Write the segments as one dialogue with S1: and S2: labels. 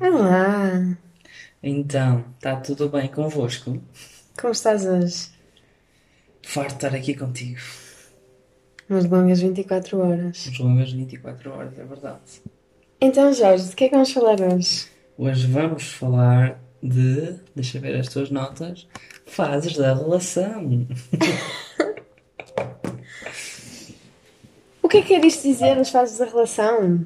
S1: Olá,
S2: Então, está tudo bem convosco?
S1: como estás hoje?
S2: Farto de estar aqui contigo.
S1: Umas longas 24 horas.
S2: Uns longas 24 horas, é verdade.
S1: Então, Jorge, de que é que vamos falar hoje?
S2: Hoje vamos falar de. Deixa eu ver as tuas notas. Fases da relação.
S1: O que é que quer isto dizer nas fases da relação?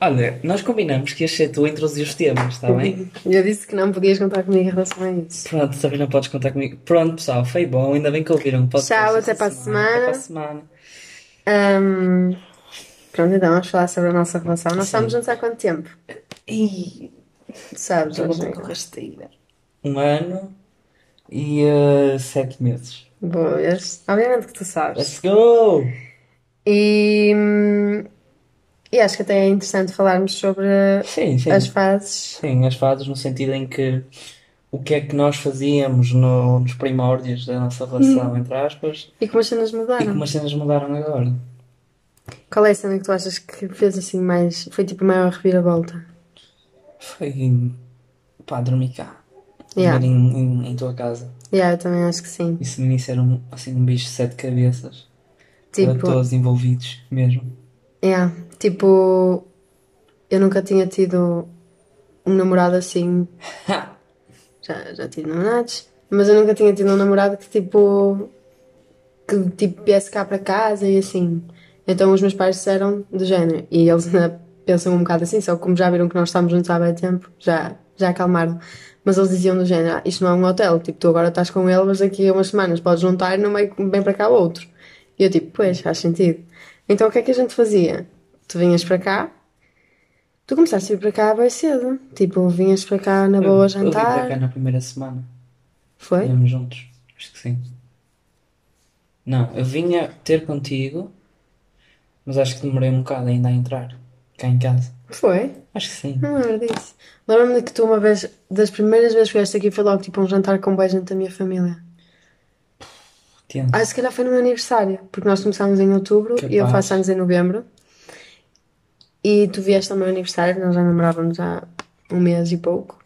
S2: Olha, nós combinamos que ias ser tu a introduzir os temas, está bem?
S1: Eu disse que não podias contar comigo em relação a isso.
S2: Pronto, também não podes contar comigo. Pronto, pessoal, foi bom. Ainda bem que ouviram. Podcast
S1: Tchau,
S2: esta
S1: até para a
S2: Até
S1: semana.
S2: para a semana.
S1: Ahm, pronto, então vamos falar sobre a nossa relação. Nós
S2: Sim.
S1: estamos juntos há quanto tempo?
S2: E
S1: Tu sabes,
S2: já não
S1: Jorge?
S2: estou com rasteira. Um ano e eh, sete meses.
S1: Boas. Obviamente que tu sabes.
S2: Let's go!
S1: E, hum, e acho que até é interessante falarmos sobre
S2: Sim, sim.
S1: as fases.
S2: Sim, as fases no sentido em que o que é que nós fazíamos no- nos primórdios da nossa
S1: Uhum.
S2: relação, entre aspas,
S1: E como as cenas
S2: e
S1: mudaram.
S2: como as cenas mudaram agora.
S1: Qual é a cena que tu achas que fez assim mais. Foi tipo a maior reviravolta?
S2: Foi, pá, dormir cá,
S1: Yeah.
S2: dormir em, em- em tua casa.
S1: Yeah, eu também acho que sim.
S2: Isso no início era um, assim, um bicho de sete cabeças, para
S1: Tipo,
S2: todos envolvidos mesmo.
S1: yeah, tipo, eu nunca tinha tido um namorado assim.
S2: Ha!
S1: Já, já tive namorados, mas eu nunca tinha tido um namorado que tipo. que tipo viesse cá para casa e assim. Então os meus pais disseram do género. E eles ainda pensam um bocado assim, só que como já viram que nós estamos juntos há bem tempo, já, já acalmaram. Mas eles diziam do género: ah, isto não é um hotel, tipo, tu agora estás com ele, mas daqui a umas semanas podes juntar e no meio vem para cá outro. E eu tipo: pois, faz sentido. Então o que é que a gente fazia? Tu vinhas para cá. Tu começaste a vir para cá bem cedo. Tipo, vinhas para cá na
S2: Eu-
S1: boa
S2: Eu vim
S1: jantar.
S2: para cá na primeira semana,
S1: Foi?
S2: vivíamos juntos, acho que sim. Não, eu vinha ter contigo, mas acho que demorei um bocado ainda a entrar, cá em casa.
S1: Foi?
S2: Acho que sim.
S1: Não lembro disso. Lembro-me de que tu uma vez, das primeiras vezes que vieste aqui, foi logo tipo um jantar com boa gente da minha família.
S2: Tenso.
S1: Ah, se calhar foi no meu aniversário, porque nós começámos em outubro e eu
S2: Capaz.
S1: faço anos em novembro. E tu vieste ao meu aniversário, nós já namorávamos há um mês e pouco.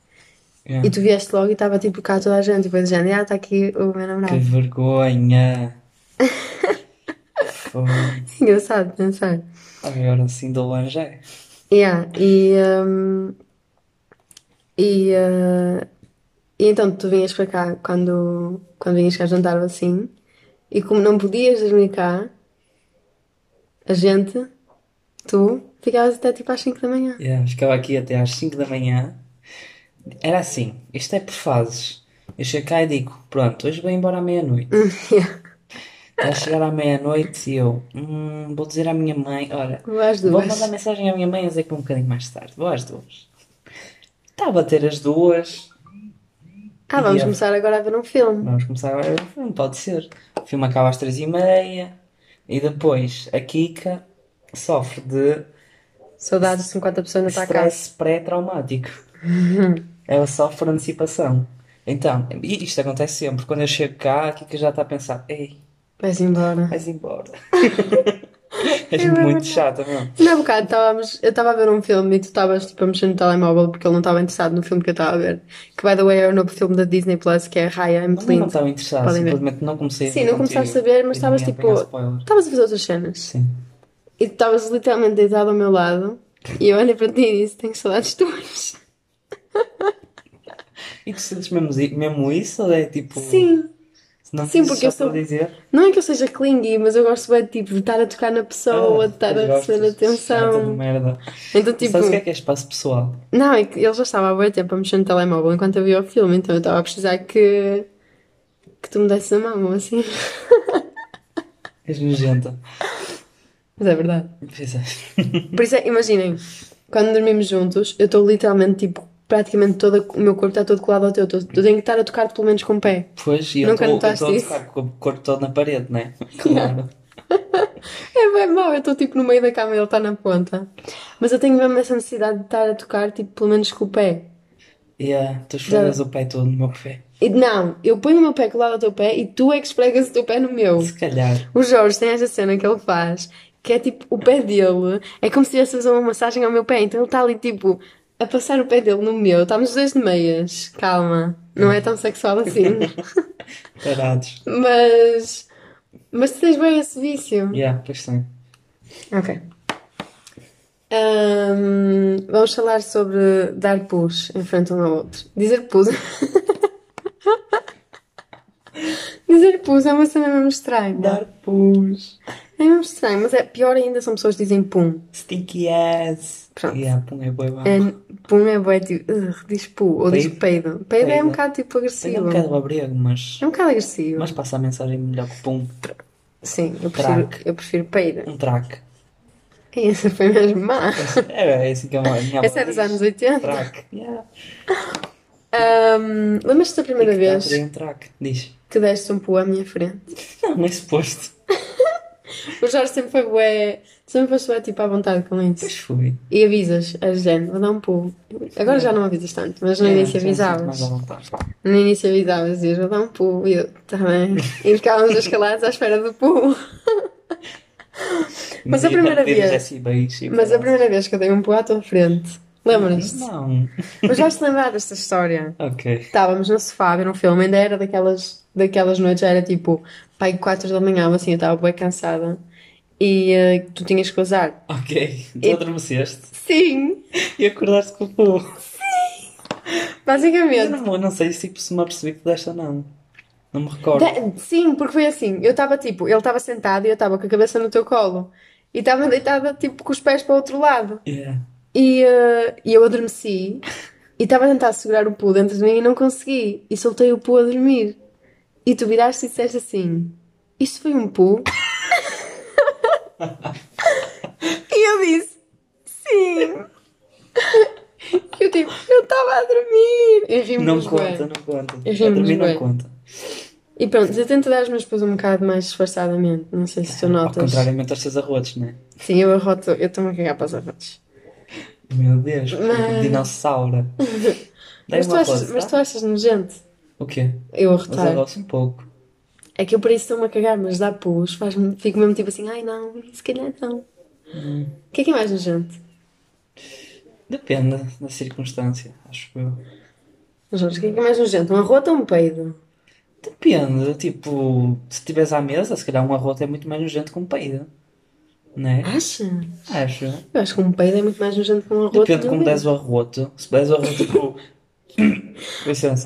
S2: É.
S1: E tu vieste logo e estava tipo cá toda a gente, e foi dizendo, ah, está aqui o meu
S2: Que
S1: namorado.
S2: vergonha! Foi.
S1: Engraçado pensar.
S2: Agora assim de longe é.
S1: Yeah, e, hum, e, ah, e então tu vinhas para cá quando, quando vinhas cá jantar ou assim, e como não podias dormir cá, a gente, tu, ficavas até tipo às 5 da manhã.
S2: Yeah, ficava aqui até às 5 da manhã. Era assim, isto é por fases. Eu chego cá e digo, pronto, hoje vou embora à meia-noite.
S1: Yeah,
S2: Está a chegar à meia-noite e eu, "Hum, vou dizer à minha mãe, olha,
S1: vou às
S2: vou
S1: duas.
S2: mandar mensagem à minha mãe a dizer que vou um bocadinho mais tarde, vou às duas. Está a bater as duas,
S1: Ah,
S2: Yeah.
S1: vamos começar agora a ver um filme.
S2: Vamos começar agora o filme, pode ser. O filme acaba às três e meia e depois a Kika sofre de
S1: Saudades de 50 pessoas na tua casa.
S2: estresse pré-traumático. Ela sofre antecipação. Então, e isto acontece sempre. Quando eu chego cá, a Kika já está a pensar: ei,
S1: Vais embora.
S2: vais embora.
S1: É
S2: És muito é? chata, mesmo.
S1: Não, um bocado, estávamos, eu estava a ver um filme e tu estavas tipo, a mexer no telemóvel porque ele não estava interessado no filme que eu estava a ver. Que, by the way, era o novo filme da Disney Plus, que é Raya, é muito
S2: Não, não
S1: lindo.
S2: estava interessada,
S1: Podem ver.
S2: simplesmente não comecei a
S1: Sim,
S2: ver
S1: não começaste a
S2: contigo.
S1: ver, mas
S2: Eu não
S1: estavas
S2: ia
S1: tipo.
S2: apanhar spoiler.
S1: Estavas a fazer outras cenas.
S2: Sim.
S1: E tu estavas literalmente deitado ao meu lado e eu olhei para ti e disse: Tenho saudades tuas.
S2: E tu sentes mesmo, mesmo isso? Ou é tipo.
S1: Sim.
S2: Não
S1: Sim,
S2: precisas
S1: porque eu
S2: só
S1: sou-
S2: dizer.
S1: Não é que eu seja clingy, mas eu gosto bem tipo, de estar a tocar na pessoa, de estar a
S2: Ah, eu gosto
S1: receber
S2: de chata de
S1: atenção.
S2: merda.
S1: Então, tipo.
S2: Sabes o que é que é espaço pessoal?
S1: Não, é que ele já estava há bué tempo a mexer no telemóvel enquanto eu via o filme, então eu estava a precisar que. que tu me desses a mão, assim.
S2: És nojenta.
S1: Mas é verdade.
S2: Pois é.
S1: Por isso, é, imaginem, quando dormimos juntos, eu estou literalmente, tipo, praticamente todo o meu corpo está todo colado ao teu. Eu tô- eu tenho que estar a tocar-te pelo menos com o pé.
S2: Pois, e eu
S1: Nunca
S2: estou a
S1: notaste isso?
S2: tocar com o corpo todo na parede, não é? Claro.
S1: É bem mau, eu estou, tipo, no meio da cama e ele está na ponta. Mas eu tenho mesmo essa necessidade de estar a tocar, tipo, pelo menos com o pé.
S2: Yeah, tu esfregas o pé todo no meu pé.
S1: E não, eu ponho o meu pé colado ao teu pé e tu é que esfregas o teu pé no meu.
S2: Se calhar.
S1: O Jorge tem esta cena que ele faz, que é tipo, o pé dele é como se estivesse a fazer uma massagem ao meu pé. Então ele está ali tipo, a passar o pé dele no meu. Estamos os dois de meias. Calma. Não é tão sexual assim.
S2: Parados.
S1: Mas. Mas tu tens bem esse vício.
S2: Yeah, pois tem.
S1: Ok. Ahm, vamos falar sobre dar pus em frente um ao outro. Dizer pus. Dizer pus é uma cena mesmo estranha.
S2: pus.
S1: É mesmo estranho, mas é pior ainda são pessoas que dizem pum.
S2: Sticky ass.
S1: Pronto.
S2: Yeah, pum é boi bom.
S1: É, pum é bué tipo, "Ugh", diz pu, ou diz peido. Peido é um
S2: Peido.
S1: bocado tipo
S2: Tem um
S1: agressivo.
S2: bocado abrego, mas,
S1: É um bocado agressivo.
S2: mas passa a mensagem melhor que pum.
S1: Sim, eu prefiro,
S2: Traque.
S1: eu prefiro peido.
S2: Um track.
S1: Essa foi mesmo má.
S2: É, é assim que a minha
S1: Essa é
S2: avó
S1: dos
S2: diz.
S1: anos 80.
S2: Track. Yeah.
S1: Ahm, Lembras-te da primeira
S2: Tem que dar
S1: vez
S2: por aí um track. Diz.
S1: que deste um pu à minha frente?
S2: Não, não é suposto.
S1: O Jorge sempre foi bué, sempre foste bué tipo à vontade com isso.
S2: Pois fui.
S1: E avisas, a gente, vou dar um pu. Agora já não avisas tanto, mas no
S2: É,
S1: início
S2: já me sinto
S1: avisavas.
S2: mais à vontade.
S1: No início avisavas, dizias, vou dar um pu. E eu, também. E ficávamos os calados à espera do pu. Mas a
S2: E
S1: primeira
S2: partidas
S1: vez-
S2: assim, beijos e
S1: Mas a
S2: caralho.
S1: primeira vez que eu dei um pu à tua frente, lembras-te?
S2: Não.
S1: Mas vais-te lembrar desta história.
S2: Ok.
S1: Estávamos no sofá a ver um filme, ainda era daquelas, daquelas noites, já era tipo, pai, 4 da manhã, assim, eu estava bem cansada e eh, tu tinhas que usar.
S2: Ok. Tu
S1: E-
S2: adormeceste
S1: Sim!
S2: e acordaste com o povo. Eu
S1: Basicamente.
S2: não, não sei tipo, se me apercebi que desta não. Não me recordo.
S1: Da- Sim, porque foi assim, eu estava tipo, ele estava sentado e eu estava com a cabeça no teu colo e estava deitada tipo com os pés para o outro lado
S2: Yeah.
S1: e, eh, e eu adormeci e estava a tentar segurar o pulo dentro de mim e não consegui e soltei o pulo a dormir e tu viraste e disseste assim, isto foi um pulo? E eu disse, sim. Eu tipo, eu estava a dormir. E
S2: Não
S1: rimos
S2: conta, não conta.
S1: Eu
S2: Já
S1: rimo-nos
S2: também não
S1: bem.
S2: conta.
S1: E pronto, eu tento dar os meus pés um bocado mais disfarçadamente. Não sei se tu
S2: Ao
S1: notas.
S2: contrariamente aos teus arrotos, né?
S1: Sim, eu arroto, eu estou-me a cagar para os arrotos.
S2: Meu Deus, tipo
S1: Mas-
S2: dinossauro. Dá-me
S1: Mas tu
S2: uma
S1: achas,
S2: pose,
S1: mas Tá.
S2: tá?
S1: tu achas nojento
S2: O quê?
S1: eu
S2: Os
S1: arrotar?
S2: arrotos um pouco.
S1: É que eu para isso estou-me a cagar, mas dá pus, faz-me, fico mesmo tipo assim, ai não, se calhar não.
S2: Hum.
S1: O que é que é mais nojento?
S2: Depende da circunstância, acho eu.
S1: Jorge, o que é que é mais nojento? Um arroto ou um peido?
S2: Depende, tipo, se estiveres à mesa, se calhar um arroto é muito mais nojento que um peido. Né?
S1: Acha?
S2: Acho.
S1: Eu acho que um peido é muito mais nojento que um arroto.
S2: Depende de
S1: mil
S2: como
S1: vezes.
S2: des o arroto. Se des o arroto tipo. Com licença.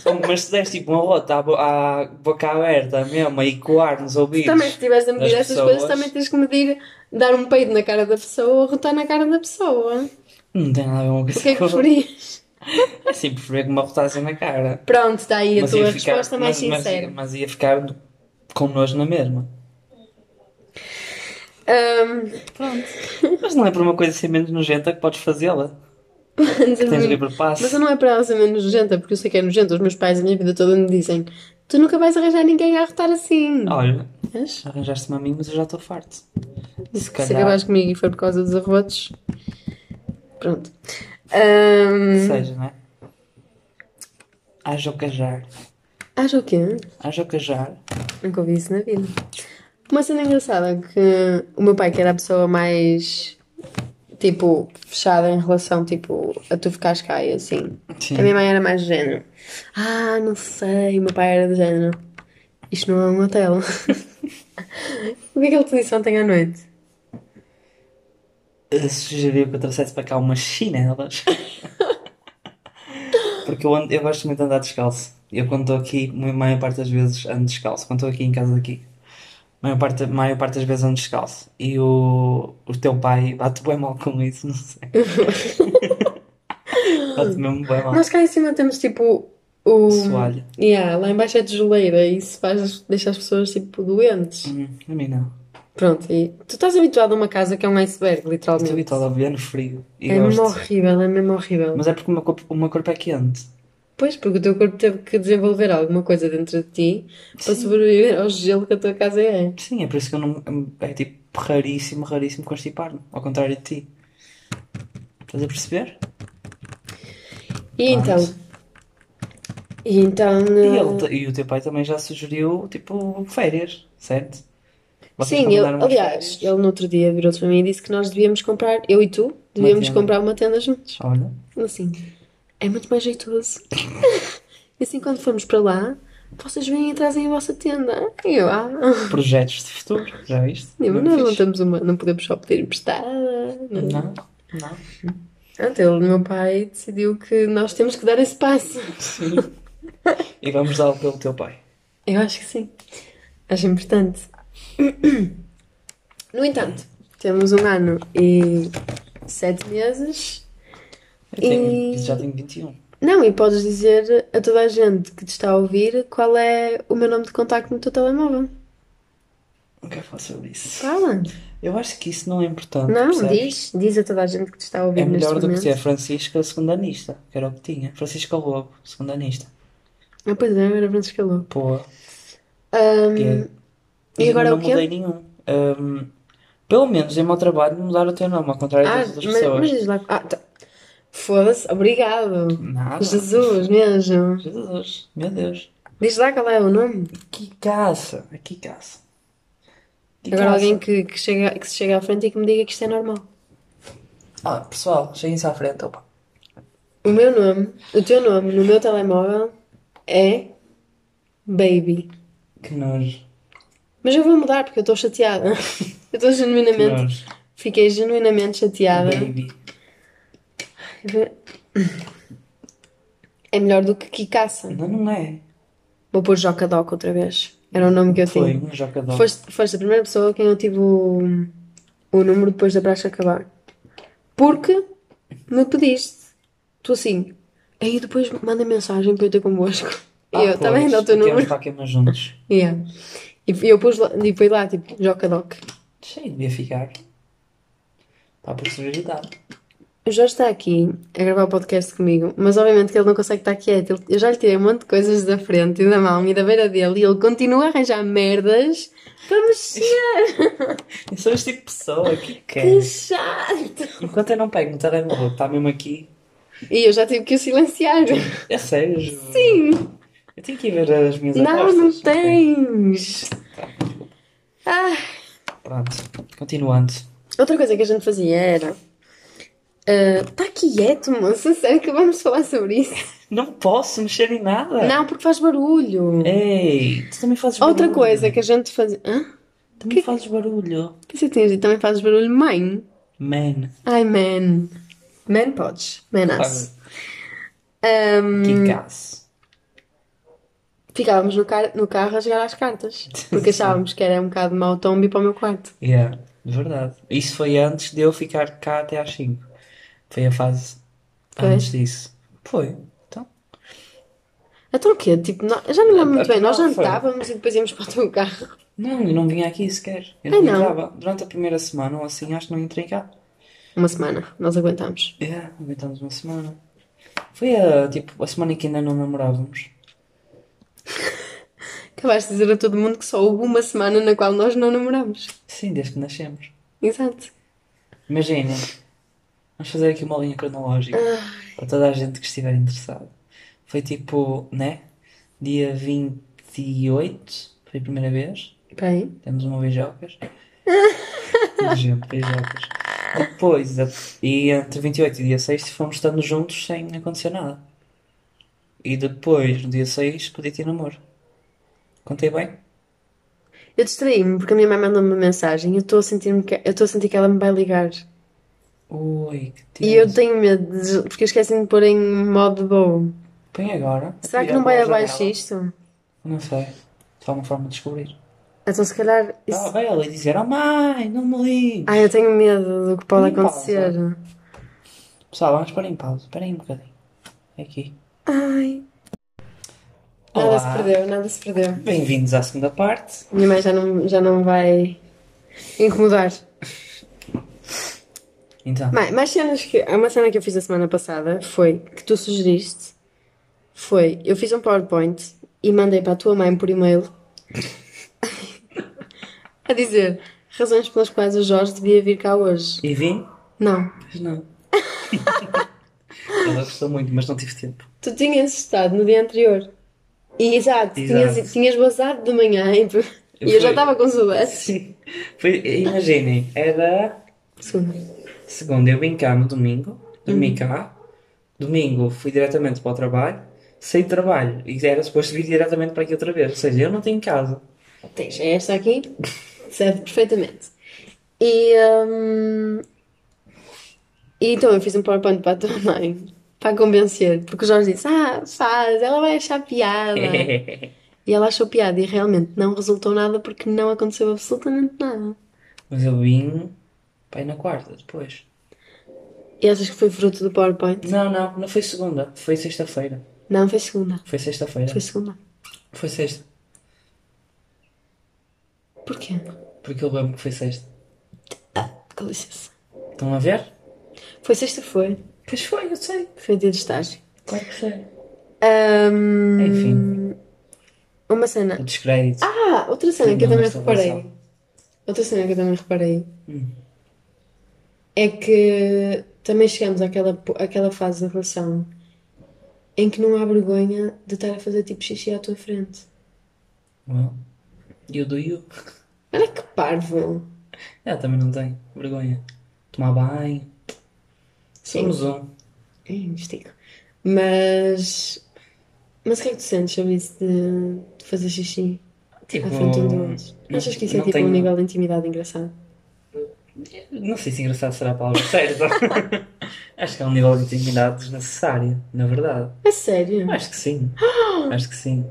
S2: Então, Mas se des tipo um arroto à, bo- à boca aberta mesmo e coar nos ouvidos.
S1: Também, se tiveres a medir
S2: das
S1: essas coisas,
S2: pessoas.
S1: também tens que medir, dar um peido na cara da pessoa ou arrotar na cara da pessoa.
S2: Não tem nada a ver uma coisa
S1: O que é que
S2: com a outra.
S1: preferias?
S2: É assim, preferia que me arrotassem na cara.
S1: Pronto, está aí a
S2: Mas
S1: tua
S2: ia ficar-
S1: resposta mais
S2: mas- mas-
S1: sincera.
S2: Mas, ia ficar com nojo na mesma.
S1: Ahm,
S2: Mas não é por uma coisa ser menos nojenta que podes fazê-la. Tens livre passo.
S1: mas eu não é para ela ser menos nojenta, porque eu sei que é nojenta. Os meus pais, a minha vida toda, me dizem: Tu nunca vais arranjar ninguém a arrotar assim.
S2: Olha,
S1: Mas,
S2: arranjaste-me a mim, mas eu já estou farto. E se
S1: se
S2: calhar,
S1: acabares comigo e for por causa dos arrotos, pronto. Ahm,
S2: seja, não é? Haja o cajar.
S1: acho o quê?
S2: Haja o cajar.
S1: Nunca ouvi isso na vida. Uma cena engraçada que o meu pai, que era a pessoa mais tipo fechada em relação tipo a tu ficares cá e assim.
S2: Sim.
S1: A minha mãe era mais do género. Ah, não sei, o meu pai era do género. Isto não é um hotel. o que é que ele te disse ontem à noite?
S2: Eh, Sugeriu que eu trouxesse para cá umas chinelas. Porque eu, ando- eu gosto muito de andar descalço. Eu quando estou aqui, a maior parte das vezes ando descalço. Quando estou aqui em casa daqui. A maior parte, a maior parte das vezes ando descalço. E o, o teu pai bate bem mal com isso, não sei. bate mesmo bem mal.
S1: Nós cá em cima temos tipo o.
S2: Soalho.
S1: Yeah, lá embaixo é tijoleira e isso faz, deixa as pessoas tipo doentes.
S2: Hum, a mim não.
S1: Pronto, e tu estás habituado a uma casa que é um iceberg, literalmente.
S2: Estou habituado a viver no frio. E
S1: É mesmo
S2: gosto.
S1: horrível, é mesmo horrível.
S2: Mas é porque o meu corpo, o meu corpo é quente.
S1: Pois, porque o teu corpo teve que desenvolver alguma coisa dentro de ti para sobreviver ao gelo que a tua casa é.
S2: Sim, é por isso que eu não. É tipo raríssimo, raríssimo constipar-me. Ao contrário de ti. Estás a perceber?
S1: E
S2: Pronto.
S1: então. E então.
S2: E,
S1: eh,
S2: ele- e o teu pai também já sugeriu, tipo, férias, certo? Vocês
S1: Sim, eu,
S2: combinaram umas
S1: aliás,
S2: férias?
S1: ele no outro dia virou-se para mim e disse que nós devíamos comprar, eu e tu,
S2: Uma
S1: devíamos
S2: tenda.
S1: comprar uma tenda juntos.
S2: Olha.
S1: Eu Assim, é muito mais jeitoso. E assim, quando formos para lá, vocês vêm e trazem a vossa tenda. E eu, ah,
S2: Projetos de futuro, já viste?
S1: Eu,
S2: Mesmo
S1: nós não
S2: é fixe.
S1: temos uma, não podemos só pedir emprestada. Não. é?
S2: Não, não.
S1: Pronto, ele, meu pai decidiu que nós temos que dar esse passo.
S2: Sim. E vamos dar pelo teu pai.
S1: Eu acho que sim. Acho importante. No entanto, temos um ano e sete meses.
S2: Eu tenho,
S1: E-
S2: É já tenho 21.
S1: Não, e podes dizer a toda a gente que te está a ouvir qual é o meu nome de contacto no teu telemóvel.
S2: Não quero falar sobre isso.
S1: Fala.
S2: Eu acho que isso não é importante,
S1: Não,
S2: percebes?
S1: diz. Diz a toda a gente que te está a ouvir
S2: É
S1: neste
S2: melhor do que ter
S1: momento.
S2: Francisca secundanista, que era o que tinha. Francisca Lobo, secundanista.
S1: Ah, pois é, era Francisca Lobo.
S2: Pô,
S1: Ahm,
S2: que é-
S1: e agora
S2: não
S1: o quê?
S2: mudei nenhum. Ahm, pelo menos em meu trabalho mudar o teu nome, ao contrário
S1: Ah,
S2: das outras
S1: mas, mas
S2: pessoas.
S1: diz lá. Ah, tá. Foda-se, obrigado.
S2: Nada.
S1: Jesus, mesmo.
S2: Jesus, meu Deus.
S1: Diz lá qual é o nome.
S2: Que caça, que caça. Que
S1: Agora
S2: caça.
S1: alguém que, que, chega, que se chega à frente e que me diga que isto é normal.
S2: Ah, pessoal, cheguem-se à frente, opa.
S1: O meu nome, o teu nome no meu telemóvel é Baby.
S2: Que nojo,
S1: Mas eu vou mudar porque eu estou chateada. Eu estou
S2: que
S1: genuinamente,
S2: nojo.
S1: fiquei genuinamente chateada.
S2: Baby.
S1: É melhor do que Kikaça.
S2: Não, não é.
S1: Vou pôr Joca Doc outra vez. Era o nome que eu
S2: Foi
S1: tinha.
S2: um jogador.
S1: Assim. Foste, foste a primeira pessoa a quem eu tive o, o número depois da praxe acabar. Porque me pediste. Tu assim. Aí depois manda mensagem para eu ter convosco. E
S2: Ah,
S1: eu também dou o teu número.
S2: Temos é juntos.
S1: Yeah. E e eu pus lá, e fui lá tipo, Joca Doc.
S2: Sim, devia ficar. Tá Para a posterioridade.
S1: O Jorge está aqui a gravar o podcast comigo, mas obviamente que ele não consegue estar quieto. Ele- Eu já lhe tirei um monte de coisas da frente e da mão e da beira dele e ele continua a arranjar merdas para mexer.
S2: Eu sou este tipo de pessoa que
S1: Que
S2: quer.
S1: chato!
S2: Enquanto eu não pego no telemóvel, que está mesmo aqui.
S1: E eu já tive que o silenciar.
S2: É sério?
S1: Sim!
S2: Eu tenho que ir ver as minhas
S1: Não,
S2: apostas.
S1: não
S2: Ok,
S1: tens! Ah,
S2: Pronto, continuando.
S1: outra coisa que a gente fazia era. Está quieto, moça, sério que vamos falar sobre isso?
S2: Não posso mexer em nada.
S1: Não, porque faz barulho.
S2: Ei, tu também fazes
S1: Outra
S2: É tipo barulho.
S1: coisa que a gente fazia. Hã?
S2: Também fazes barulho.
S1: Pensei que tinhas dito, também fazes barulho, mãe.
S2: Man.
S1: Ai, man. Man podes. Menas.
S2: Que caso.
S1: Ficávamos no, car- no carro a jogar às cartas. Porque achávamos que era um bocado mau tom ir para o meu quarto.
S2: Yeah, de verdade. Isso foi antes de eu ficar cá até às 5. Foi a fase
S1: Foi?
S2: antes disso. Foi. Então,
S1: Então o quê? Tipo, nó- eu já não me lembro muito bem. Nós
S2: É, Não, foi.
S1: jantávamos e depois íamos para o teu carro.
S2: não, eu não vinha aqui sequer. Eu
S1: Ah,
S2: não
S1: não?
S2: entrava. Durante a primeira semana ou assim, acho que não entrei cá.
S1: Uma semana. Nós aguentámos.
S2: Yeah, aguentamos uma semana. Foi a, tipo, a semana em que ainda não namorávamos.
S1: Acabaste de dizer a todo mundo que só houve uma semana na qual nós não namorámos.
S2: Sim, desde que nascemos.
S1: Exato.
S2: Imaginem, vamos fazer aqui uma linha cronológica para toda a gente que estiver interessada. Foi tipo, né? Dia 28 foi a primeira vez.
S1: Bem.
S2: Temos um uma beijocas. Gente, beijocas. Depois, a- e entre 28 e dia 6 fomos estando juntos sem acontecer nada. E depois, no dia 6, podia ter namoro. Contei bem?
S1: Eu distraí-me porque a minha mãe mandou-me uma mensagem e eu estou a sentir-me que... eu estou a sentir que ela me vai ligar.
S2: Ui, que
S1: E eu
S2: tenso.
S1: tenho medo, de- porque eu esqueci de pôr em modo bom.
S2: Põe agora.
S1: Será que
S2: Vira
S1: não vai
S2: para a
S1: abaixo
S2: janela.
S1: isto?
S2: Não sei. Só uma forma de descobrir.
S1: Então, se calhar.
S2: Ah,
S1: Isso...
S2: vai ela e dizer, oh mãe, não me ligue.
S1: Ai, eu tenho medo do que pode
S2: Não
S1: acontecer.
S2: Pessoal, vamos pôr em pausa. Espera aí um bocadinho. É aqui.
S1: Ai. Nada
S2: Olá.
S1: se perdeu, nada se perdeu.
S2: Bem-vindos à segunda parte.
S1: Minha mãe já não, já não vai incomodar.
S2: Então,
S1: Mãe, mais cenas que. há Uma cena que eu fiz a semana passada foi que tu sugeriste. Foi, eu fiz um PowerPoint e mandei para a tua mãe por e-mail a dizer razões pelas quais o Jorge devia vir cá hoje.
S2: e vim?
S1: Não.
S2: Mas não. Ela gostou muito, mas não tive tempo.
S1: Tu tinhas estado no dia anterior. E, exato,
S2: Exato.
S1: Tinhas, tinhas vazado de manhã e, E eu já
S2: Foi-
S1: estava com saudades.
S2: Sim. Foi, imaginem, era
S1: Segunda.
S2: segunda, eu vim cá no domingo, dormi cá, domingo fui diretamente para o trabalho, saí do trabalho e era suposto vir diretamente para aqui outra vez, ou seja, eu não tenho casa.
S1: Tens é esta aqui, serve perfeitamente. E, hum, e então eu fiz um PowerPoint para a tua mãe, para convencer, porque o Jorge disse: Ah, faz, ela vai achar piada. E ela achou piada e realmente não resultou nada porque não aconteceu absolutamente nada.
S2: Mas eu vim para ir na quarta depois.
S1: E achas que foi fruto do PowerPoint?
S2: Não, não, não foi segunda, foi sexta-feira.
S1: Não, foi segunda.
S2: Foi sexta-feira.
S1: Foi segunda.
S2: Foi sexta,
S1: Porquê? Ah,
S2: porque eu lembro que foi sexta.
S1: Com licença.
S2: Estão a ver?
S1: Foi sexta, foi.
S2: Pois foi, eu sei.
S1: Foi dia de estágio.
S2: Claro que sei.
S1: Hum,
S2: Enfim,
S1: uma cena.
S2: o descrédito.
S1: Ah, outra cena que eu
S2: Não, Hum.
S1: também
S2: esta
S1: reparei.
S2: relação.
S1: Outra cena que eu também reparei é que também chegamos àquela, po- àquela fase da relação em que não há vergonha de estar a fazer tipo xixi à tua frente.
S2: Well, you do you.
S1: Olha que parvo!
S2: Eu É, também não tenho vergonha. Tomar banho. Somos um.
S1: Eu investigo. É Mas. Mas o que é que tu sentes sobre isso de de fazer xixi
S2: Tipo,
S1: à frente um do outro?
S2: não-
S1: Achas que isso é
S2: não
S1: tipo
S2: tenho-
S1: um nível de intimidade engraçado?
S2: Não sei se é engraçado será a palavra certa. Acho que é um nível de intimidade desnecessário, na verdade.
S1: É sério?
S2: Acho que sim. Acho que sim.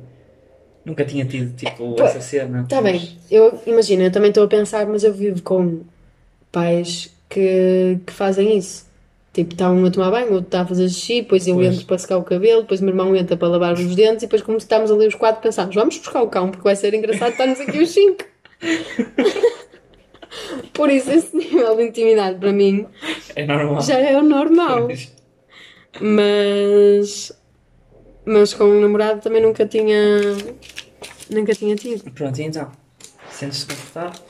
S2: Nunca tinha tido, tipo,
S1: pô,
S2: essa cena.
S1: Tá
S2: mas-
S1: bem, eu imagino, eu também estou a pensar, mas eu vivo com pais que, que fazem isso. Tipo, está um a tomar banho, outro está a fazer xixi, depois eu
S2: Pois.
S1: entro para secar o cabelo, depois o meu irmão entra para lavar os dentes, e depois, como estamos ali os quatro, pensámos, vamos buscar o cão, porque vai ser engraçado estarmos aqui os cinco. Por isso, esse nível de intimidade para mim
S2: É normal.
S1: já é o normal.
S2: Pois.
S1: Mas. Mas com um namorado também nunca tinha. Nunca tinha tido.
S2: Pronto, e então? Sentes-te confortável?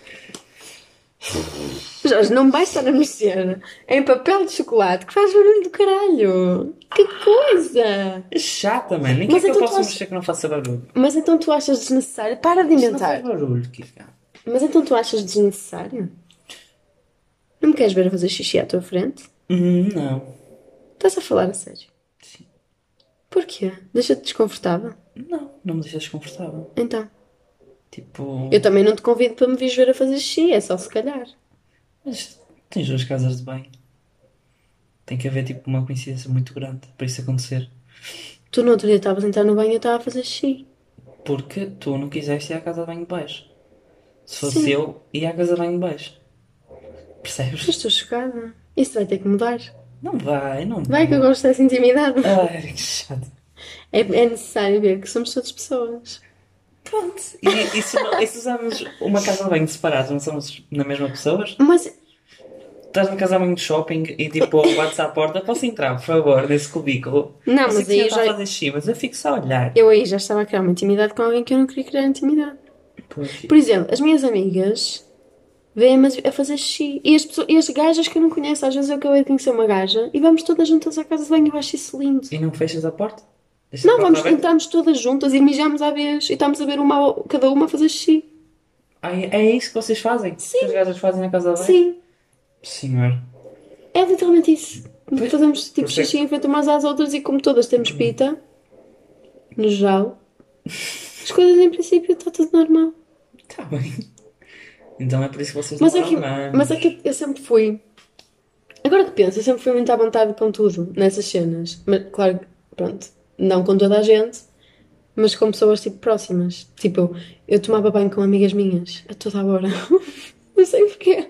S1: Jorge, não basta na mexer em papel de chocolate que faz barulho do caralho. Que coisa!
S2: É chata, mano. Nem que é
S1: Mas
S2: que eu
S1: então tu
S2: possa
S1: achas-
S2: mexer que não faça barulho?
S1: Mas então tu achas desnecessário? Para de
S2: Isto não faz
S1: inventar.
S2: barulho, Kika.
S1: Mas então tu achas desnecessário? Não me queres ver a fazer xixi à tua frente?
S2: Hum, Não.
S1: Estás a falar a sério?
S2: Sim.
S1: Porquê? Deixa-te desconfortável?
S2: Não, não me deixa desconfortável.
S1: Então.
S2: Tipo,
S1: Eu também não te convido para me vires ver a fazer xixi, é só se calhar.
S2: mas tens duas casas de banho. Tem que haver tipo uma coincidência muito grande para isso acontecer.
S1: Tu no outro dia estavas a entrar no banho e eu estava a fazer xixi.
S2: Porque tu não quiseste ir à casa de banho de baixo. Se fosse
S1: Sim.
S2: eu, ia à casa de banho de baixo. Percebes?
S1: Estou chocada. Isso vai ter que mudar.
S2: Não vai, não
S1: Vai que eu gosto dessa intimidade.
S2: Ai, que chato.
S1: É, é necessário ver que somos todas pessoas.
S2: Pronto. E, e se, não- e se usarmos uma casa de banho separados, não somos na mesma pessoa?
S1: Mas
S2: Estás na casa de banho de shopping e tipo, bates à porta, posso entrar, por favor, nesse cubículo?
S1: Não,
S2: Eu sei
S1: mas
S2: que
S1: aí
S2: já
S1: eu
S2: está a
S1: já-
S2: fazer xixi, mas eu fico só a olhar.
S1: eu aí já estava a criar uma intimidade com alguém que eu não queria criar intimidade.
S2: Pois.
S1: Por exemplo, as minhas amigas vêm-me a fazer xixi. E as, pessoas, e as gajas que eu não conheço, às vezes eu acabei de conhecer uma gaja e vamos todas juntas à casa de banho e eu acho isso lindo.
S2: E não fechas a porta? Deixas a
S1: Não,
S2: porta
S1: vamos,
S2: aberta?
S1: entramos todas juntas e mijamos à vez e estamos a ver uma, ao- cada uma a fazer xixi.
S2: Ah, é é isso que vocês fazem? Sim. Que as gajas fazem na casa de banho?
S1: Sim,
S2: Senhor.
S1: é literalmente isso.
S2: Pois,
S1: Fazemos tipo
S2: por isso é que- Uhum.
S1: xixi em frente umas às outras e como todas temos pita, no geral, as coisas em princípio está tudo normal.
S2: Tá bem. Então é por isso que vocês
S1: Mas é,
S2: não
S1: que, mas é que eu sempre fui. Agora que penso, eu sempre fui muito à vontade com tudo nessas cenas. Mas, claro, que, pronto, não com toda a gente, mas com pessoas tipo próximas. Tipo, eu tomava banho com amigas minhas a toda a hora. não sei porquê.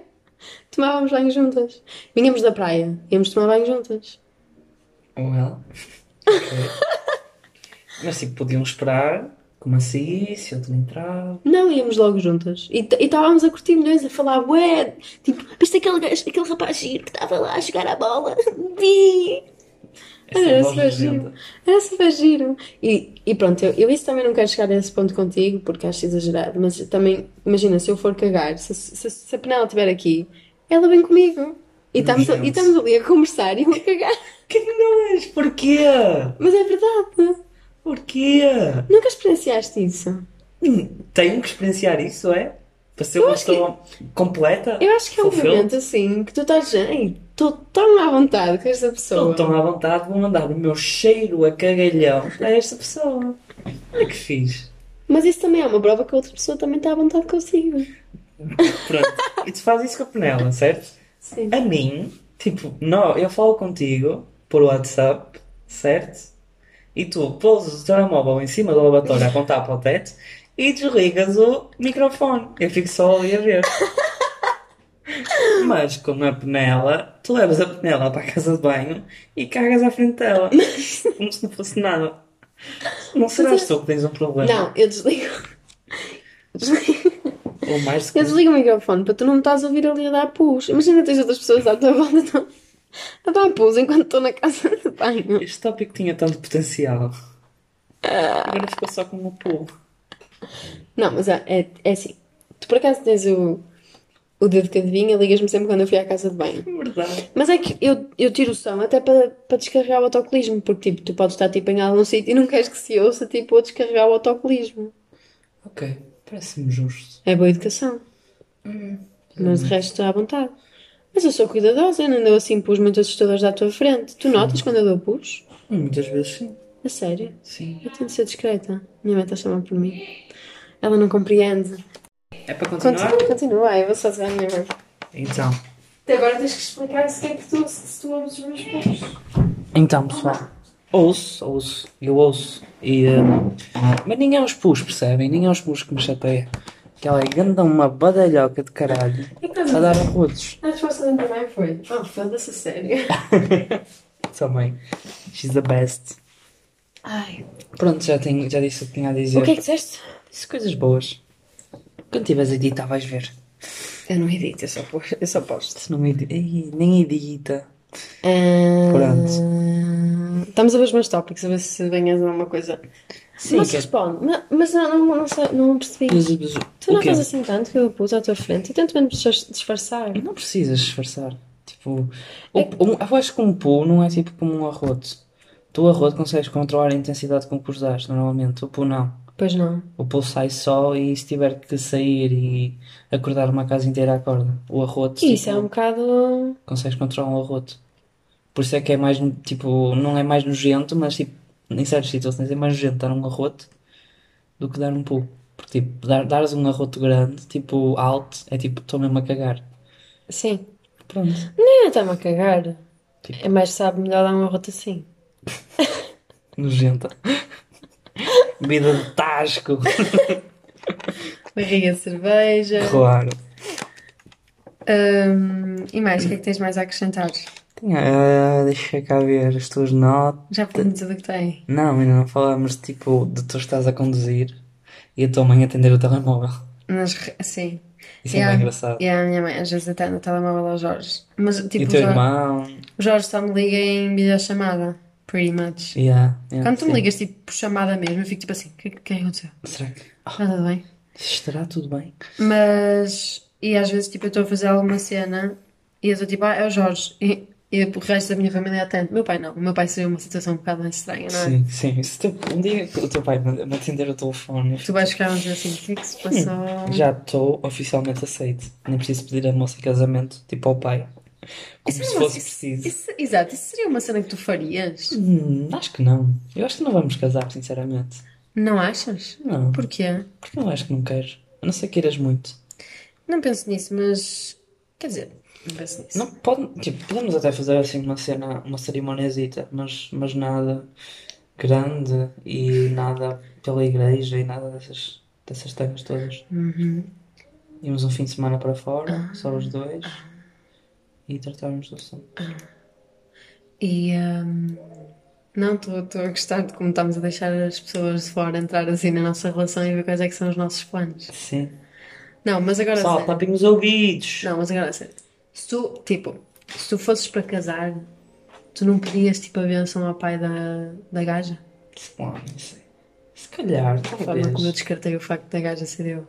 S1: Tomávamos banho juntas. Vinhamos da praia, íamos tomar banho juntas.
S2: Ou ela. Mas tipo, podiam esperar. Como assim? Se eu te entrar.
S1: Não, íamos logo juntas. E t- e estávamos a curtir milhões, a falar, ué, tipo, viste aquele, gajo- aquele rapaz giro que estava lá a jogar a bola? Vi!
S2: Essa é
S1: Era
S2: voz
S1: super
S2: nojenta.
S1: giro. Era super giro. E, e pronto, eu, eu isso também não quero chegar a esse ponto contigo, porque acho exagerado, mas também, imagina, se eu for cagar, se, se, se a Penela estiver aqui, ela vem comigo. E estamos, a- e
S2: Gente.
S1: estamos ali a conversar e eu a cagar.
S2: Que nojo! Porquê?
S1: Mas é verdade.
S2: Porquê? Hum,
S1: Nunca experienciaste isso.
S2: Tenho que experienciar isso, é? Para ser uma
S1: acho que-
S2: pessoa completa?
S1: Eu acho que é um
S2: Fulfilled?
S1: momento assim que tu estás. Ai, estou tão à vontade com esta
S2: Estou
S1: pessoa.
S2: tão Então à vontade, vou mandar o meu cheiro a cagalhão a esta pessoa. Olha que fiz.
S1: Mas isso também é uma prova que a outra pessoa também está à vontade consigo.
S2: Pronto. E tu fazes isso com a Penela, certo?
S1: Sim.
S2: A mim, tipo, não, eu falo contigo por WhatsApp, certo? E tu pousas o telemóvel em cima do lavatório a apontar para o teto e desligas o microfone. Eu fico só ali a ver. Mas com a Penela, tu levas a Penela para a casa de banho e cagas à frente dela. Como se não fosse nada. Não serás tu que tens um problema.
S1: Não, eu desligo. Desligo.
S2: Ou mais do que
S1: Eu desligo o microfone para tu não me estás a ouvir ali a dar pus. Imagina tens outras pessoas à tua volta estão a dar pus enquanto estou na casa de banho.
S2: Este tópico tinha tanto potencial. Agora ficou só com um pulo.
S1: Não, mas é, é, é assim. Tu por acaso tens o, o dedo que adivinha, ligas-me sempre quando eu fui à casa de banho.
S2: Verdade.
S1: Mas é que eu, eu tiro o som até para, para descarregar o autocolismo, porque tipo, tu podes estar tipo, em algum sítio e não queres que se ouça tipo, a descarregar o autocolismo.
S2: Ok, parece-me justo.
S1: É boa educação. Uhum. Mas de resto estou à vontade. Mas eu sou cuidadosa, eu não dou assim pus muito assustadores à tua frente. Tu notas quando eu dou pus?
S2: Muitas vezes sim.
S1: A sério?
S2: Sim.
S1: Eu tenho de ser discreta. Minha mãe está a chamar por mim. Ela não compreende.
S2: É para continuar?
S1: Continua, continua. Ai, eu vou só dizer à minha mãe.
S2: Então.
S1: Até agora tens que explicar se é que tu, se tu ouves os meus pus.
S2: Então, pessoal. Ouço, ouço. Eu ouço. E, hum, mas ninguém os pus, percebem? Ninguém os pus que me chateia. Que ela é grande uma badalhoca de caralho.
S1: E que
S2: A dar a outros.
S1: A resposta da minha mãe foi: Oh, foda-se a sério.
S2: Também. She's the best.
S1: Ai.
S2: Pronto, já, tenho, já disse o que tinha a dizer.
S1: O que é que disseste?
S2: Disse coisas boas. Quando tiveres edita, vais ver.
S1: Eu não edito, eu só, eu só posto.
S2: Se não me edita. Ei, nem edita.
S1: Pronto. Estamos a ver os meus tópicos, a ver se ganhas alguma coisa.
S2: Sim,
S1: mas
S2: que é-
S1: responde. Não, mas não, não, não, sei, não percebi.
S2: Mas, mas,
S1: tu
S2: o
S1: não
S2: quê?
S1: estás assim tanto que eu pus à tua frente e tento mesmo disfar- disfarçar.
S2: Não precisas disfarçar. Tipo, o- um- eu acho que um pulo não é tipo como um arroto. Tu, o arroto, consegues controlar a intensidade com que os dás, normalmente. O pulo não.
S1: Pois não.
S2: O pulo sai só e se tiver que sair e acordar uma casa inteira, acorda. O arroto,
S1: E isso é
S2: tipo,
S1: um bocado.
S2: consegues controlar um arroto. Por isso é que é mais, tipo, não é mais nojento, mas tipo, em certas situações é mais nojento dar um arroto do que dar um pulo. Porque, tipo, dar, dares um arroto grande, tipo, alto, é tipo, estou mesmo a cagar.
S1: Sim.
S2: Pronto.
S1: Não, está-me a cagar.
S2: Tipo-
S1: É mais sabe melhor dar uma rota assim.
S2: Nojenta. Vida de Tasco.
S1: Barriga de cerveja.
S2: Claro.
S1: Hum, e mais, o que é que tens mais a acrescentar?
S2: Tinha, ah, deixa cá ver as tuas notas.
S1: Já podemos dizer o que tem.
S2: Não, ainda não falamos tipo de tu estás a conduzir e a tua mãe atender o telemóvel.
S1: Nas re- Sim.
S2: Isso é bem engraçado.
S1: E a minha mãe às vezes até no telemóvel ao Jorge. Mas
S2: E
S1: tipo,
S2: o
S1: o
S2: teu
S1: Jorge,
S2: irmão.
S1: o Jorge só me liga em videochamada. Pretty much.
S2: Yeah, yeah,
S1: Quando tu me
S2: sim.
S1: ligas tipo por chamada mesmo, eu fico tipo assim: o que, que é que aconteceu?
S2: Será que
S1: Está tudo bem?
S2: estará tudo bem?
S1: Mas. E às vezes tipo eu estou a fazer alguma cena e eu estou tipo: ah, é o Jorge. E, e o resto da minha família atende. Meu pai não. O meu pai saiu uma situação um bocado mais estranha, não é?
S2: Sim, sim. Se tu- um dia que o teu pai me me atender o telefone,
S1: Tu vais ficar a dizer assim: o que é que se passou?
S2: já estou oficialmente aceito. Nem preciso pedir a moça em casamento, tipo ao pai. Como
S1: Isso é
S2: se
S1: uma-
S2: fosse
S1: isso-
S2: preciso.
S1: Isso- exato, isso seria uma cena que tu farias?
S2: Hum, acho que não. Eu acho que não vamos casar, sinceramente.
S1: Não achas?
S2: Não,
S1: Porquê?
S2: porque eu acho que não quero. A não ser queiras muito.
S1: Não penso nisso, mas. Quer dizer, não penso nisso.
S2: Não, pode, tipo, podemos até fazer assim uma cena, uma cerimoniazita, mas, mas nada grande e nada pela igreja e nada dessas, dessas temas todas.
S1: Uhum.
S2: Íamos um fim de semana para fora, só os dois, e tratarmos do assunto.
S1: E. hum, Não, estou a gostar de como estamos a deixar as pessoas de fora entrar assim na nossa relação e ver quais é que são os nossos planos.
S2: Sim.
S1: Não, mas agora. a
S2: Pessoal,
S1: sério.
S2: tapem os ouvidos!
S1: Não, mas agora a sério. Se tu, tipo, se tu fosses para casar, tu não pedias tipo a benção ao pai da, da gaja?
S2: Ah, não sei. Se calhar,
S1: A forma como eu
S2: talvez.
S1: descartei o facto da gaja ser eu.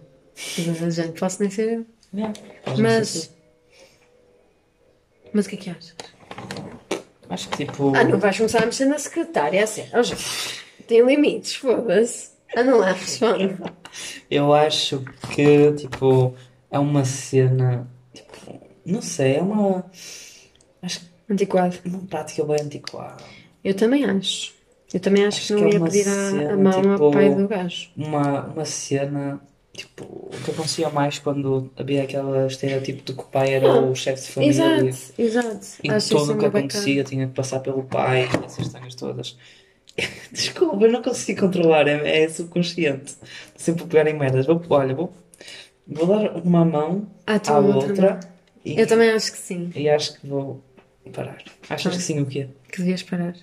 S1: Mas, a gente, posso nem ser eu.
S2: Não, pode não ser
S1: Mas. Mas o que é que achas?
S2: tu. Acho que tipo.
S1: Ah, não vais começar a mexer na secretária, é sério. Ó, gente, Tem limites, foda-se. Anda lá, responde.
S2: Eu acho que, tipo, é uma cena. Tipo, não sei, é uma. Acho que
S1: Antiquado.
S2: é uma prática bem ah, antiquada.
S1: Eu também acho. Eu também acho,
S2: Acho
S1: que não
S2: que é
S1: ia
S2: uma
S1: pedir a, a
S2: cena,
S1: mão ao
S2: tipo-
S1: pai do gajo.
S2: Uma, uma cena. Tipo, o que acontecia mais quando havia aquela estereotipo de que o pai era
S1: Ah,
S2: o chefe de família
S1: Exato, exato.
S2: e que
S1: Acho
S2: tudo
S1: isso
S2: o que
S1: uma
S2: acontecia tinha que passar pelo pai, essas coisas todas. Desculpa, eu não consigo controlar, é, é subconsciente. Sempre a pegar em merdas. Vou, olha, vou, vou dar uma mão
S1: Ah,
S2: à
S1: tu outra.
S2: outra e,
S1: Eu também acho que sim,
S2: e acho que vou parar. Achas que sim o quê?
S1: que devias parar.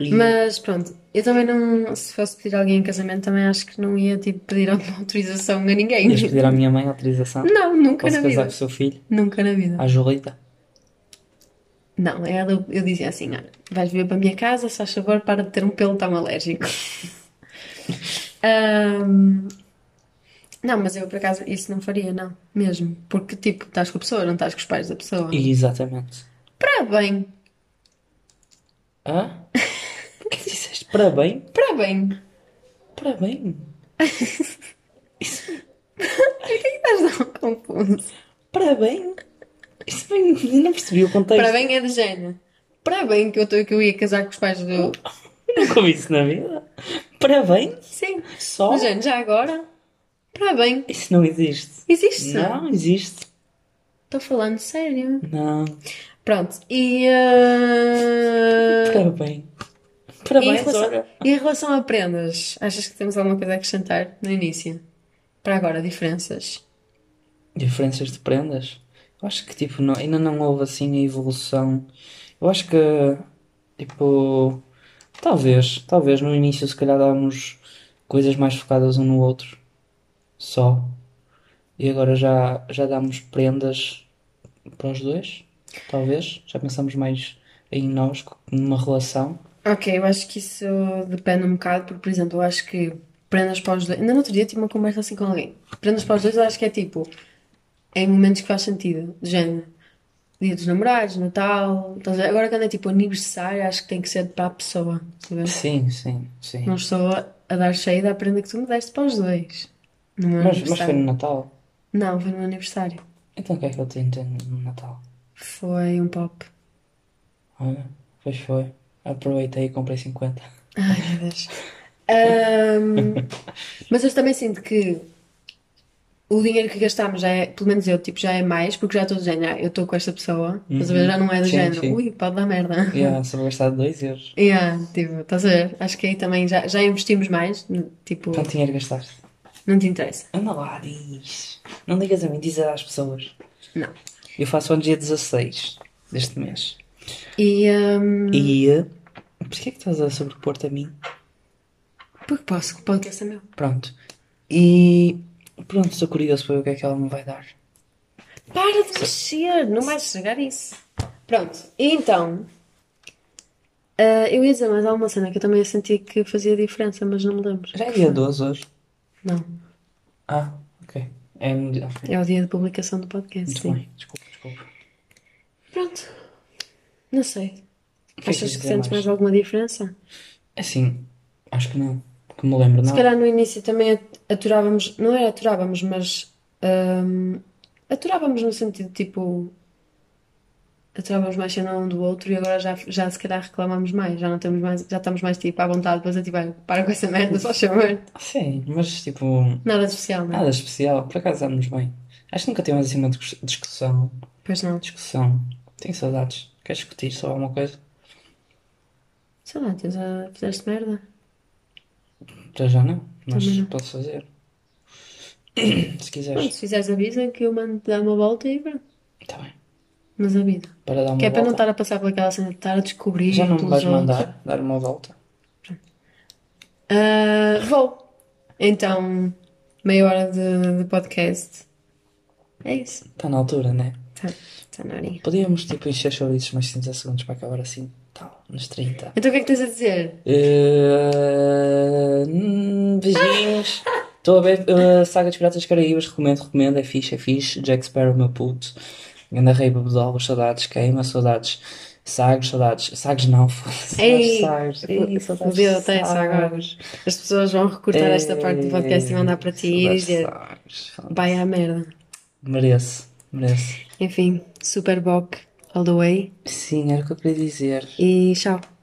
S2: E-
S1: Mas pronto, eu também não, se fosse pedir alguém em casamento, também acho que não ia tipo, pedir alguma autorização a ninguém.
S2: Ias pedir à minha mãe autorização?
S1: Não, nunca
S2: Posso
S1: na
S2: casar
S1: vida.
S2: com o seu filho?
S1: Nunca na vida.
S2: À Julita?
S1: Não, ela, eu dizia assim: olha, vais vir para a minha casa, se faz favor, para de ter um pelo tão alérgico. Ahm, não, mas eu por acaso isso não faria, não, mesmo. Porque tipo, estás com a pessoa, não estás com os pais da pessoa.
S2: Exatamente.
S1: Para bem,
S2: Hã? O que disseste? Para bem?
S1: para bem.
S2: Para bem?
S1: Estás tão confuso.
S2: Para bem? Isso bem, eu não percebi o contexto.
S1: Para bem é de género. Para bem que eu, tô, que eu ia casar com os pais do.
S2: Nunca ouvi isso na vida. Para bem?
S1: Sim.
S2: Só?
S1: Do género, já agora. Para bem.
S2: Isso não existe.
S1: Existe.
S2: Não existe.
S1: Estou falando sério.
S2: Não.
S1: Pronto. E. ah,
S2: Para bem. Para
S1: E em,
S2: bem,
S1: relação,
S2: olha.
S1: e em relação a prendas, achas que temos alguma coisa a acrescentar no início? Para agora, diferenças.
S2: Diferenças de prendas? Eu acho que tipo, não- ainda não houve assim a evolução. Eu acho que tipo, talvez, talvez no início se calhar dávamos coisas mais focadas um no outro, só. E agora já, já damos prendas para os dois, talvez. Já pensamos mais em nós, numa relação.
S1: Ok, eu acho que isso depende um bocado, porque, por exemplo, eu acho que prendas para os dois. Ainda no outro dia tive uma conversa assim com alguém. Prendas para os dois, eu acho que é tipo. Em momentos que faz sentido, de género. Dia dos namorados, Natal. estás a ver? Agora quando é tipo aniversário, acho que tem que ser para a pessoa. estás a ver?
S2: Sim, sim, sim.
S1: Não estou a a dar cheio da prenda que tu me deste para os dois. No meu
S2: Mas, mas foi
S1: aniversário.
S2: no Natal?
S1: Não, foi no meu aniversário.
S2: Então o que é que eu te entendo no Natal?
S1: Foi um pop.
S2: Olha, pois foi. Aproveitei e comprei 50.
S1: Ai, meu Deus. Ahm, mas eu também sinto que o dinheiro que gastamos já é, pelo menos eu, tipo, já é mais, porque já estou do género, ah, eu estou com esta pessoa, estás a ver? Já não é do
S2: Uhum. Sim,
S1: género,
S2: sim.
S1: ui, pode dar merda.
S2: Yeah, só vou gastar 2 euros.
S1: Yeah, tipo, estás a ver? Acho que aí também já, já investimos mais, n- tipo,
S2: Quanto dinheiro gastaste?
S1: não te interessa.
S2: Anda lá, diz. Não digas a mim, diz às pessoas.
S1: Não.
S2: Eu faço anos dia 16 deste mês.
S1: E, ahm,
S2: E. eh, Porquê é que estás a sobrepor-te a mim?
S1: porque posso, que o podcast é meu.
S2: Pronto. E. Pronto, estou curioso para ver o que é que ela me vai dar.
S1: Para de mexer, não vais estragar isso. Pronto, e então. ah, eu ia dizer mais alguma cena que eu também senti que fazia diferença, mas não me lembro.
S2: Já é dia 12 hoje?
S1: Não.
S2: Ah, ok. É um dia. ok.
S1: É o dia de publicação do podcast,
S2: Muito
S1: sim.
S2: bem, desculpa, desculpa.
S1: Pronto. Não sei.
S2: O é
S1: Achas
S2: quis
S1: que
S2: dizer
S1: sentes mais alguma diferença?
S2: Assim, acho que não. Que me lembro,
S1: Se
S2: não.
S1: calhar no início também at- aturávamos, não era aturávamos, mas hum, aturávamos no sentido tipo aturávamos mais cena um do outro e agora já, já se calhar reclamamos mais, já não temos mais, já estamos mais tipo à vontade, depois é tipo, "Ai, para com essa merda, só chamar.
S2: Sim, mas tipo.
S1: Nada de especial, não é?
S2: Nada especial, por acaso andamos bem. Acho que nunca tivemos assim uma discuss- discussão.
S1: Pois não.
S2: Discussão. Tenho saudades. Queres discutir sobre alguma coisa?
S1: Sei lá, tens a, fizeste merda.
S2: Para já não, mas
S1: Também não.
S2: posso fazer. Se
S1: Pronto,
S2: quiseres.
S1: se fizeres avisa que eu mando dar uma volta e pronto.
S2: Está bem.
S1: Mas avisa.
S2: Para dar uma
S1: Que é para não
S2: volta.
S1: estar a passar por aquela cena de estar a descobrir
S2: Já não me
S1: pelos
S2: vais
S1: outros.
S2: mandar dar uma volta?
S1: Ah, vou. Então, meia hora de, de podcast. É isso.
S2: Está na altura, né?
S1: Tá, tá na horinha.
S2: Podíamos tipo encher chouriços mais 30 segundos para acabar assim. Tal, nos 30.
S1: Então o que é que tens a dizer?
S2: Eh, hum, beijinhos. Estou a ver eh, Saga dos Piratas das Caraíbas. Recomendo, recomendo. É fixe, é fixe. Jack Sparrow, meu puto. Ganda rei, bebedola, saudades. Queima, saudades. Sagres, saudades. Sagres não, foda-se.
S1: Ei,
S2: Sagres, Sagres. Ei, saudades de
S1: Fudeu, até essa agora. As pessoas vão recortar esta parte do
S2: Eh,
S1: podcast e mandar para ti e
S2: Saudades de
S1: dizer
S2: Sagres.
S1: vai à merda.
S2: Merece, merece.
S1: Enfim, Superboc all the way
S2: Sim, era o que eu queria dizer.
S1: e tchau.